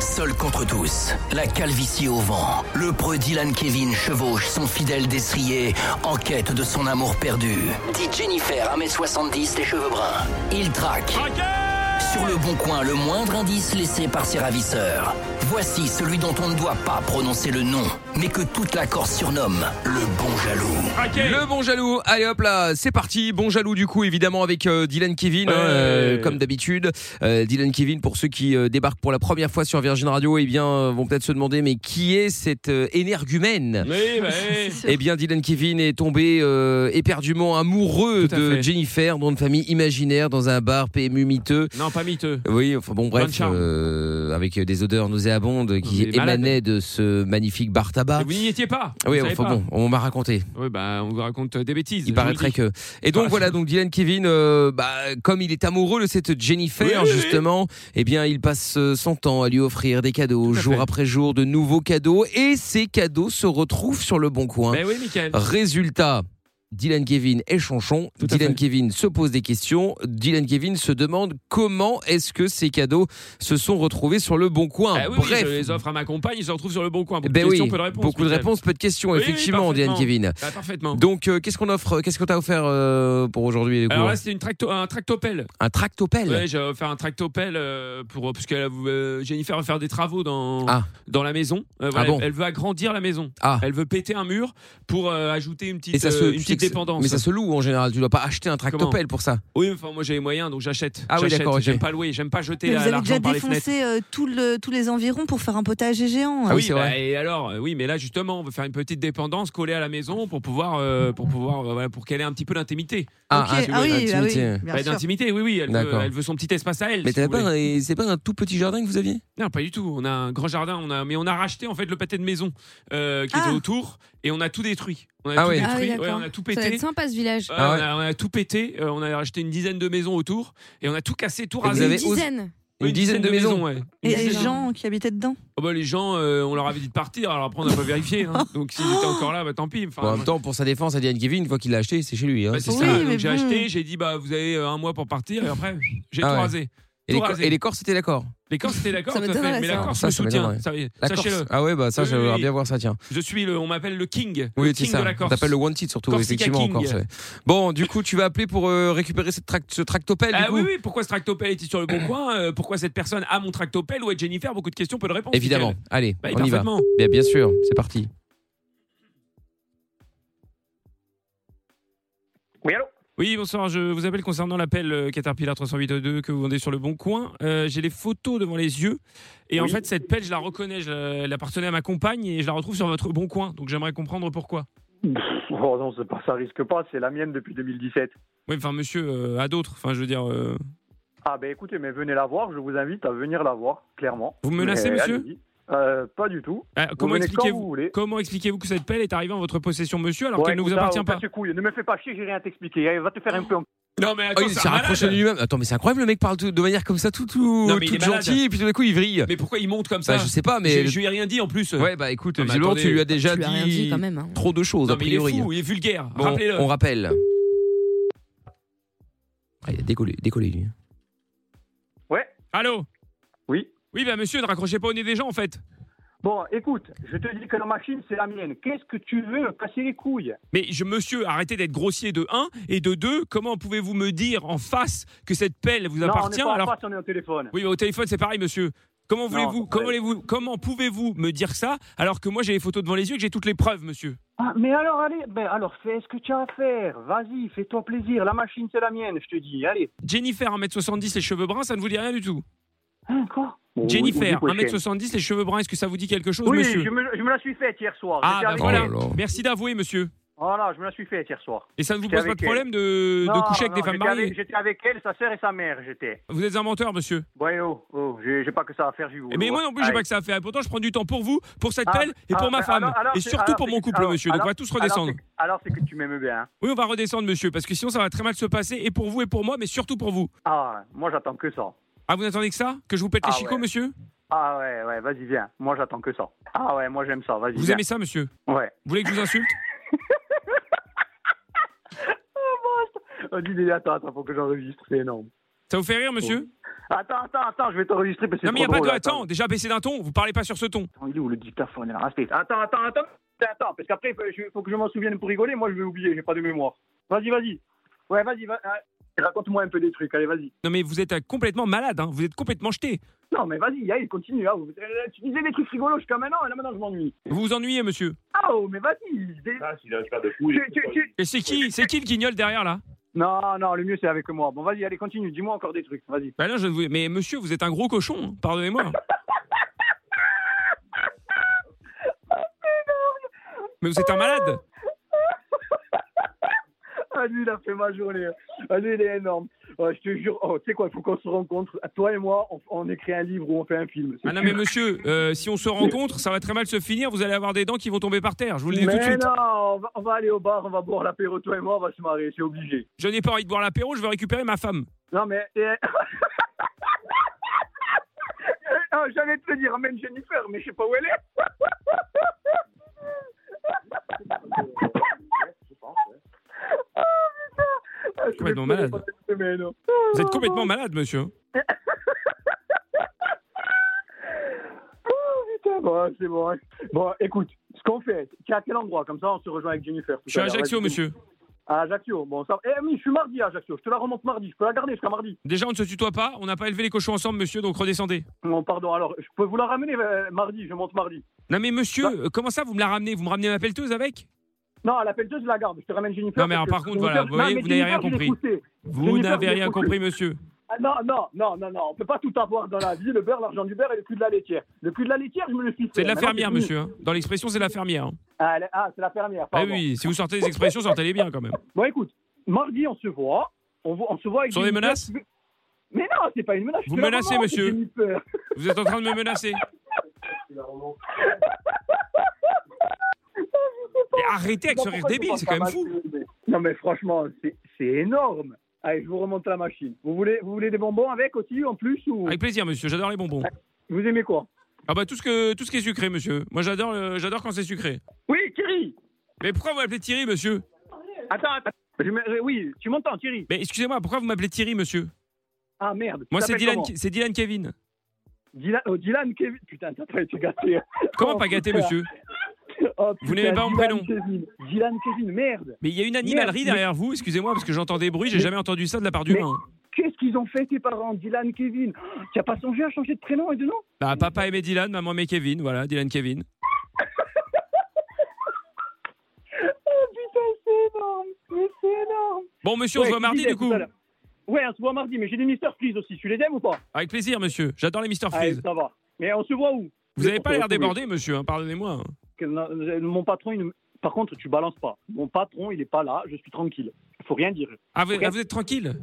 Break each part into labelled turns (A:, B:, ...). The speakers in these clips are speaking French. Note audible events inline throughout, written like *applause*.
A: Seul contre tous, la calvitie au vent, le preux Dylan Kevin chevauche son fidèle destrier en quête de son amour perdu. Dit Jennifer, 1m70, les cheveux bruns. Il traque. Sur le bon coin, le moindre indice laissé par ses ravisseurs. Voici celui dont on ne doit pas prononcer le nom, mais que toute la Corse surnomme le bon jaloux.
B: Le bon jaloux, allez hop là, c'est parti. Bon jaloux du coup, évidemment avec euh, Dylan Kevin, hein, euh, comme d'habitude. Euh, Dylan Kevin, pour ceux qui euh, débarquent pour la première fois sur Virgin Radio, eh bien euh, vont peut-être se demander, mais qui est cette euh, énergumène
C: Oui, bah, oui.
B: Eh bien, Dylan Kevin est tombé euh, éperdument amoureux
C: Tout à
B: de
C: fait.
B: Jennifer, nom de famille imaginaire, dans un bar PMU miteux.
C: Non, pas miteux.
B: Oui, enfin bon,
C: Bonne
B: bref,
C: charme.
B: euh, avec des odeurs nauséabondes qui
C: Vous êtes malade.
B: émanaient de ce magnifique bar tabac.
C: Mais Vous n'y étiez pas. vous
B: Ah. Oui,
C: savez
B: enfin
C: pas.
B: bon, on m'a raconté.
C: Oui, bah, on vous raconte euh, des bêtises. je
B: Il
C: vous
B: paraîtrait
C: le dis.
B: que. Et donc
C: Voilà.
B: voilà, donc Dylan Kevin, euh, bah, comme il est amoureux de cette Jennifer
C: Oui, oui, oui.
B: justement, eh bien il passe euh, son temps à lui offrir des cadeaux,
C: à
B: jour
C: fait.
B: après jour, de nouveaux cadeaux, et ces cadeaux se retrouvent sur le bon coin.
C: Ben oui, Michael.
B: Résultat. Dylan Kevin est chanchon.
C: Tout à
B: Dylan
C: fait.
B: Kevin se pose des questions. Dylan Kevin se demande comment est-ce que ces cadeaux se sont retrouvés sur le bon coin.
C: Ah oui, oui,
B: Bref,
C: je les offre à ma compagne, ils se retrouvent sur le bon coin. Beaucoup
B: ben
C: de questions,
B: oui,
C: peu de réponses.
B: beaucoup de
C: Michael.
B: réponses, peu de questions,
C: Oui, oui,
B: effectivement, Dylan
C: parfaitement.
B: Kevin.
C: Ah, parfaitement.
B: Donc, euh, qu'est-ce qu'on offre Qu'est-ce qu'on t'a offert euh, pour aujourd'hui les
C: Alors
B: cours
C: là, c'était une tracto- un tractopelle.
B: Un tractopelle
C: Ouais, j'ai offert un tractopelle euh, pour parce que euh, Jennifer va faire des travaux dans
B: Ah.
C: dans la maison. Euh, voilà,
B: Ah bon
C: elle, elle veut agrandir la maison.
B: Ah.
C: Elle veut péter un mur pour euh, ajouter une petite
B: Et ça se-
C: euh,
B: tu
C: une
B: sais
C: petite
B: que ça-
C: dépendance.
B: Mais ça se loue en général, tu dois pas acheter un tractopelle pour ça.
C: Oui, enfin moi j'ai les moyens donc j'achète.
B: Ah oui,
C: J'achète.
B: d'accord, ok.
C: J'aime pas louer, j'aime pas jeter
D: Mais vous
C: la-
D: avez
C: l'argent
D: déjà
C: par les fenêtres.
D: défoncé euh, tout le- tous les environs pour faire un potager géant.
B: Ah
D: hein.
B: oui, c'est
C: bah,
B: vrai.
C: et alors, euh, oui, mais là justement, on veut faire une petite dépendance collée à la maison pour pouvoir, euh, pour pouvoir, euh, voilà, pour qu'elle ait un petit peu d'intimité.
B: Ah,
D: Ok,
B: ah,
D: ah
B: oui,
D: oui, ah oui,
B: intimité.
D: bien
C: Bah,
D: sûr.
C: d'intimité, oui, oui. Elle veut,
B: D'accord.
C: elle veut son petit espace à elle.
B: Mais
C: si
B: t'avais
C: vous
B: pas
C: voulez.
B: un- c'est pas un tout petit jardin que vous aviez
C: Non, pas du tout. On a un grand jardin, on a, mais on a racheté en fait le pâté de maison euh, qui
D: Ah.
C: était autour et on a tout détruit. On a
B: Ah
C: tout
B: oui.
C: détruit,
E: Ah oui,
C: ouais,
E: d'accord.
C: on a tout
E: Ça va
C: pété.
E: être sympa ce village.
C: Ouais,
B: Ah ouais.
C: on, a, on a tout pété, euh, on a racheté une dizaine de maisons autour et on a tout cassé, tout
B: Et vous
C: rasé.
B: avez
E: Une dizaine.
B: Une dizaine de maisons.
C: ouais. Une
D: Et les
C: dizaine.
D: gens qui habitaient dedans
C: Oh bah, les gens, euh, on leur avait dit de partir, alors après on n'a pas vérifié.
D: *laughs*
C: hein. Donc s'ils étaient encore là, bah, tant pis. Enfin,
B: Bon, En même temps, pour sa défense, à Dylan Kevin, une fois qu'il l'a acheté, c'est chez lui. hein.
C: bah, c'est
D: Oui,
C: ça. Donc
D: mais
C: j'ai
D: bon.
C: acheté, j'ai dit bah vous avez euh, un mois pour partir et après j'ai
B: Ah
C: tout
B: ouais.
C: rasé.
B: et, les
C: tout
B: Cor-
C: rasé.
B: et les Corses étaient d'accord.
C: Les Corses étaient d'accord,
D: Ça
C: tout à
D: m'étonnerait,
C: fait. Mais la
D: ça.
C: Corse
B: Ça,
C: me
B: ça
C: soutient.
B: m'étonnerait.
C: ça y est.
B: La
C: Sachez-le.
B: Corse. Ah ouais, bah ça,
C: Oui, oui,
B: j'aimerais
C: oui.
B: bien voir ça, tiens.
C: Je suis le, on m'appelle le king,
B: Oui,
C: le
B: c'est
C: king
B: ça.
C: de la Corse.
B: T'appelles le Wanted surtout,
C: Corsica
B: effectivement, en
C: King.
B: Corse. ouais. Bon, du coup, tu vas appeler pour euh, récupérer cette tract- ce tractopelle. du
C: Ah
B: coup
C: oui, oui, pourquoi ce tractopelle était sur le bon coin euh, Pourquoi cette personne a mon tractopelle Ou est Jennifer Beaucoup de questions, peu de réponses.
B: Évidemment.
C: Mickaël.
B: Allez,
C: Bah,
B: on y va.
C: parfaitement.
B: Bien, bien sûr, c'est parti.
C: Oui, bonsoir, je vous appelle concernant l'appel euh, Caterpillar 308.2 que vous vendez sur le bon coin. Euh, J'ai les photos devant les yeux. Et en fait, cette pelle, je la reconnais, je la- elle appartenait à ma compagne et je la retrouve sur votre bon coin. Donc j'aimerais comprendre pourquoi.
F: Pff, Oh non, c'est pas- ça risque pas, c'est la mienne depuis 2017.
C: Oui, enfin, monsieur, euh, à d'autres. Enfin, je veux dire. euh,
F: Ah ben écoutez, mais venez la voir, je vous invite à venir la voir, clairement.
C: Vous me menacez,
F: Mais
C: monsieur
F: allez-y. Euh, Pas du tout.
C: ah,
F: Vous
C: comment
F: venez quand vous
C: expliquez-vous
F: voulez.
C: Comment expliquez-vous que cette pelle est arrivée en votre possession, monsieur, alors
F: Ouais,
C: qu'elle ne vous
F: écoute,
C: appartient
F: ah,
C: pas
F: casse les couilles, Ne me fais pas chier, j'ai rien à t'expliquer. Allez, Va te faire un peu en
C: Non, mais
B: Ah,
C: attends,
B: il
C: c'est
B: s'est
C: un
B: rapproché de
C: malade.
B: lui-même. Attends, mais c'est incroyable, le mec parle tout- de manière comme ça, tout, tout,
C: Non, mais il
B: tout
C: est malade.
B: gentil, et puis tout d'un coup, il vrille.
C: Mais pourquoi il monte comme ça
B: Bah, je sais pas, mais.
C: J'ai- Je lui ai rien dit en plus.
B: Ouais, bah écoute,
C: Non, mais
B: visiblement,
C: attendez,
B: tu lui as déjà
E: Tu lui as rien dit
B: dit
E: quand même. hein.
B: trop de choses,
C: Non,
B: a
C: mais il est
B: priori. hein.
C: fou, il est vulgaire.
B: Bon,
C: Rappelez-le.
B: on rappelle. Ah, il a décollé, décollé lui.
F: Ouais,
C: Allô
F: oui.
C: Oui, bah monsieur, ne raccrochez pas au nez des gens en fait.
F: Bon, écoute, je te dis que la machine, c'est la mienne. Qu'est-ce que tu veux Casser les couilles
C: Mais je, monsieur, arrêtez d'être grossier de 1 et de 2. Comment pouvez-vous me dire en face que cette pelle vous
F: Non, on
C: appartient
F: n'est pas
C: alors
F: en face, on est au téléphone.
C: Oui, mais au téléphone, c'est pareil, monsieur. Comment voulez-vous
F: non,
C: Comment
F: mais-
C: voulez-vous Comment pouvez-vous me dire ça alors que moi j'ai les photos devant les yeux et que j'ai toutes les preuves, monsieur
F: Ah, mais alors, allez, ben alors fais ce que tu as à faire. Vas-y, fais-toi plaisir. La machine, c'est la mienne, je te dis. Allez.
C: Jennifer 1m70 les cheveux bruns, ça ne vous dit rien du tout.
F: Hein, quoi
C: Jennifer
F: Oui, oui,
C: 1m70 les cheveux bruns, est-ce que ça vous dit quelque chose,
F: Oui,
C: monsieur
F: je me, je me la suis faite hier soir.
C: Ah
F: J'étais
C: bah
F: avec
C: voilà.
F: elle.
B: Oh là là.
C: Merci d'avouer, monsieur.
F: Voilà, je me la suis faite hier soir.
C: Et ça ne vous
F: J'étais
C: pose pas de
F: avec
C: problème de, de
F: Non,
C: coucher avec Euh, des
F: non,
C: femmes
F: j'étais
C: mariées
F: avec- J'étais avec elle, sa sœur et sa mère, j'étais.
C: Vous êtes un menteur, monsieur.
F: Ouais, oh, oh, j'ai j'ai pas que ça à faire, j'y vous.
C: Eh, Mais moi non plus, j'ai
F: Allez.
C: pas que ça à faire. Pourtant, je prends du temps pour vous, pour cette
F: Ah,
C: pelle et
F: ah,
C: pour ma
F: ah,
C: femme.
F: alors- alors,
C: et
F: c'est-
C: surtout
F: alors,
C: pour
F: c'est
C: mon
F: que-
C: couple,
F: alors,
C: monsieur. Donc, on va
F: alors,
C: tous redescendre.
F: Alors, c'est- Alors, c'est que tu m'aimes bien. hein.
C: Oui, on va redescendre, monsieur, parce que sinon, ça va très mal se passer et pour vous et pour moi, mais surtout pour vous.
F: Ah, moi j'attends que ça.
C: Ah, vous attendez que ça Que je vous pète les
F: Ah
C: chicots,
F: ouais.
C: monsieur
F: Ah ouais, ouais, vas-y, viens. Moi j'attends que ça. Ah ouais, moi j'aime ça, vas-y.
C: Vous
F: viens.
C: aimez ça, monsieur
F: Ouais.
C: Vous voulez que je vous insulte
F: Oh, dis attends, attends, faut que j'enregistre, c'est énorme.
C: Ça vous fait rire, monsieur
F: Attends, attends, attends, je vais t'enregistrer parce que
C: Non, mais il n'y a
F: Oh, trop
C: pas de
F: drôle,
C: attends. Déjà baissez d'un ton, vous parlez pas sur ce ton.
F: Attends, il est où le dictaphone là Respect. Attends, attends, attends. Putain, Attends, parce qu'après, il faut que je m'en souvienne pour rigoler. Moi, je vais oublier, j'ai pas de mémoire. Vas-y, vas-y. Ouais, vas-y, va- euh, raconte-moi un peu des trucs. Allez, vas-y.
C: Non, mais vous êtes euh, complètement malade, hein. vous êtes complètement jeté.
F: Non, mais vas-y, allez, continue. hein. Vous- euh, Tu disais des trucs rigolos jusqu'à maintenant, et là maintenant, je m'ennuie.
C: Vous vous ennuyez, monsieur.
F: Ah, oh, mais vas-y. des-
E: Ah, s'il n'arrive pas de couilles.
F: Tu- tu- tu-
C: Et c'est qui C'est qui le guignol derrière là
F: Non, non, le mieux, c'est avec moi. Bon, vas-y, allez, continue. Dis-moi encore des trucs. Vas-y.
C: Bah non, je ne vous- Mais monsieur, vous êtes un gros cochon, hein.
F: *laughs*
C: pardonnez-moi. Mais vous êtes un malade
F: Ah, lui, il a fait ma journée. Ah, lui, il est énorme. Ouais, je te jure, oh, tu sais quoi, il faut qu'on se rencontre. Toi et moi, on, on écrit un livre ou on fait un film. C'est
C: Ah non
F: sûr.
C: mais monsieur, euh, si on se rencontre, ça va très mal se finir, vous allez avoir des dents qui vont tomber par terre, je vous le dis tout de
F: Mais
C: suite.
F: non, on va, on va aller au bar, on va boire l'apéro, toi et moi, on va se marrer, c'est obligé.
C: Je n'ai pas envie de boire l'apéro, je veux récupérer ma femme.
F: Non, mais. euh, *laughs* non, J'allais te le dire, ramène Jennifer, mais je sais pas où
C: *laughs*
F: elle est. Ah, je vais
C: Complètement
F: pleurer
C: malade.
F: pendant une semaine, hein.
C: Vous êtes complètement malade, monsieur.
F: Oh, Putain, bon, c'est bon. hein. Bon, écoute, ce qu'on fait, tu es à quel endroit Comme ça, on se rejoint avec Jennifer. tout
C: Je suis
F: à
C: à
F: l'heure.
C: Ajaccio,
F: Bah, Vas-y.
C: monsieur.
F: À Ajaccio, bon, ça. Eh, mais je suis mardi à Ajaccio, je te la remonte mardi, je peux la garder jusqu'à mardi.
C: Déjà, on ne se tutoie pas, on n'a pas élevé les cochons ensemble, monsieur, donc redescendez.
F: Non, Oh, pardon, alors, je peux vous la ramener euh, mardi, je monte mardi.
C: Non mais monsieur,
F: Bah.
C: euh, comment ça vous me la ramenez Vous me ramenez ma pelleteuse avec
F: Non, à la pelleteuse, je la garde. Je te ramène Jennifer.
C: Non, mais alors,
F: parce que
C: par contre, voilà,
F: Jennifer-
C: vous voyez,
F: mais
C: vous n'avez
F: Jennifer,
C: rien
F: je l'ai poussée.
C: Vous
F: Jennifer,
C: n'avez
F: je l'ai
C: rien
F: poussée.
C: compris, monsieur.
F: Ah, non, non, non, non, non. On peut pas tout avoir dans la vie. Le beurre, l'argent du beurre et le prix de la laitière. Le prix de la laitière, je me le suis fait.
C: C'est de la
F: Maintenant,
C: fermière,
F: fini.
C: monsieur. hein. Dans l'expression, c'est de la fermière. hein.
F: Ah, elle est- ah, c'est la fermière.
C: Ah
F: Pardon.
C: oui, si vous sortez des expressions, sortez-les bien quand même.
F: Bon, écoute, mardi, on se voit. On, voit- on se voit avec.
C: Sur des
F: Jennifer.
C: menaces
F: Mais non, c'est pas une menace. je
C: Vous
F: te la
C: menacez,
F: remonte,
C: monsieur.
F: Jennifer.
C: Vous êtes en train de me menacer. Mais arrêtez avec ce rire
F: Pourquoi tu
C: débile,
F: penses
C: c'est quand
F: pas
C: même fou.
F: mal que- Non, mais franchement, c'est c'est énorme. Allez, je vous remonte la machine. Vous voulez, vous voulez des bonbons avec aussi en plus ou
C: Avec plaisir, monsieur. J'adore les bonbons.
F: vous aimez quoi
C: Ah bah tout ce que tout ce qui est sucré, monsieur. Moi j'adore le- j'adore quand c'est sucré.
F: Oui, Thierry.
C: Mais pourquoi vous m'appelez Thierry, monsieur
F: Attends, attends. Je me- euh, Oui, tu m'entends, Thierry
C: Mais excusez-moi, pourquoi vous m'appelez Thierry, monsieur
F: Ah merde.
C: Moi
F: tu
C: c'est
F: t'appelles
C: Dylan,
F: comment
C: Ke- c'est Dylan Kevin.
F: Dylan, oh, Dylan Kevin. Putain, t'as pas été gâté. *laughs*
C: Comment
F: Oh,
C: pas gâté,
F: putain.
C: monsieur
F: Oh,
C: Vous
F: putain,
C: n'aimez pas mon
F: Dylan
C: prénom
F: Kevin. Dylan Kevin, merde.
C: Mais il y a une animalerie
F: Merde,
C: derrière vous. Excusez-moi parce que j'entends des bruits. J'ai
F: Mais-
C: jamais entendu ça de la part
F: Mais-
C: d'humain.
F: Qu'est-ce qu'ils ont fait tes parents, Dylan Kevin Tu as pas songé à changer de prénom et de nom
C: Bah papa aimait Dylan, maman aimait Kevin. Voilà, Dylan Kevin.
F: Oh putain, c'est énorme. Mais c'est énorme.
C: Bon monsieur, on se voit mardi du coup.
F: Ouais, on se voit mardi, mais j'ai des Mister Freeze aussi. Tu les aimes ou pas
C: Avec plaisir, monsieur. J'adore les Mister
F: Allez,
C: Freeze.
F: ça va. Mais on se voit où
C: Vous avez pas l'air débordé, monsieur. hein, Pardonnez-moi.
F: Que- non, euh, Mon patron, il... ne- par contre, tu balances pas. Mon patron, il est pas là. Je suis tranquille. Faut rien dire.
C: Ah vous,
F: Ok.
C: ah, vous êtes tranquille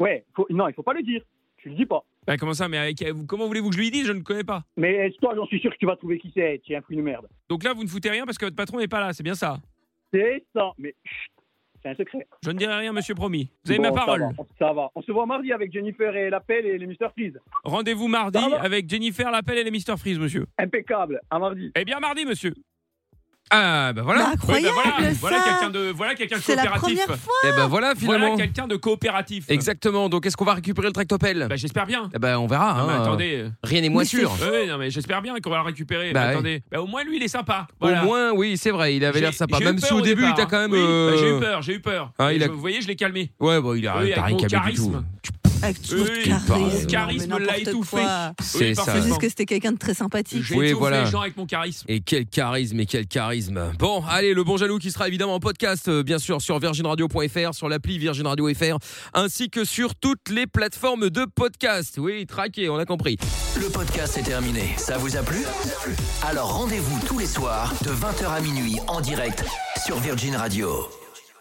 F: Ouais, faut- non, il faut pas le dire. Tu le dis pas.
C: Bah comment ça Mais avec, comment voulez-vous que je lui dise Je ne connais pas.
F: Mais toi, j'en suis sûr que tu vas trouver qui c'est. Tu es un fruit de merde.
C: Donc là, vous ne foutez rien parce que votre patron n'est pas là. C'est bien ça.
F: C'est ça. Mais chut, c'est un secret.
C: Je ne dirai rien, monsieur promis. Vous avez
F: Bon,
C: ma
F: ça
C: parole.
F: va, Ça va, On se voit mardi avec Jennifer et l'appel et les Mister Freeze.
C: Rendez-vous mardi
F: Ça va.
C: avec Jennifer Lapelle et les Mister Freeze, monsieur.
F: Impeccable. À mardi.
C: Eh bien mardi, monsieur. Ah bah voilà.
D: Bah, incroyable,
C: Ouais, bah, voilà.
D: ça.
C: Voilà quelqu'un de voilà quelqu'un de
D: C'est la
C: coopératif.
D: première fois.
B: Et ben voilà
C: Voilà
B: finalement.
C: quelqu'un de coopératif.
B: Exactement. Donc est-ce qu'on va récupérer le tractopelle
C: Bah, j'espère bien.
B: Eh ben on verra.
C: Non, mais
B: hein.
C: attendez.
B: Rien n'est moins
D: Mais c'est
B: sûr.
C: Euh, oui, non mais j'espère bien qu'on va le récupérer.
B: Bah,
C: Mais
B: ouais.
C: attendez. Bah, au moins lui il est sympa. Voilà.
B: Au moins, oui, c'est vrai. Il avait
C: J'ai-
B: l'air sympa.
C: j'ai eu
B: Même
C: peur
B: si au début, il
C: départ,
B: t'a
C: hein.
B: quand même.
C: Oui, bah, j'ai
B: euh,
C: eu peur, j'ai eu peur.
B: Ah,
C: Et
B: il a-
C: je- Vous voyez, je l'ai calmé.
B: Ouais, bon, il a
C: Oui,
B: t'as
C: avec
B: rien
C: mon
B: câblé du tout.
C: charisme.
D: Avec Ah, toujours
C: Oui,
D: de
C: oui,
B: oui,
D: charisme.
C: charisme
D: non, mais
C: l'a
D: n'importe
C: étouffé. Ah
D: quoi.
B: C'est
C: Oui,
B: ça.
D: C'est
C: parfaitement.
D: juste que c'était quelqu'un de très sympathique.
C: J'ai
B: Oui,
C: étouffé
B: voilà.
C: les gens avec mon charisme.
B: Et quel charisme et quel charisme. Bon, allez, le bon jaloux qui sera évidemment en podcast, euh, bien sûr, sur virginradio.fr, sur l'appli Virgin Radio FR, ainsi que sur toutes les plateformes de podcast. Oui, traqué, on a compris.
A: Le podcast est terminé. Ça vous a plu Alors rendez-vous tous les soirs de 20h à minuit en direct sur Virgin Radio.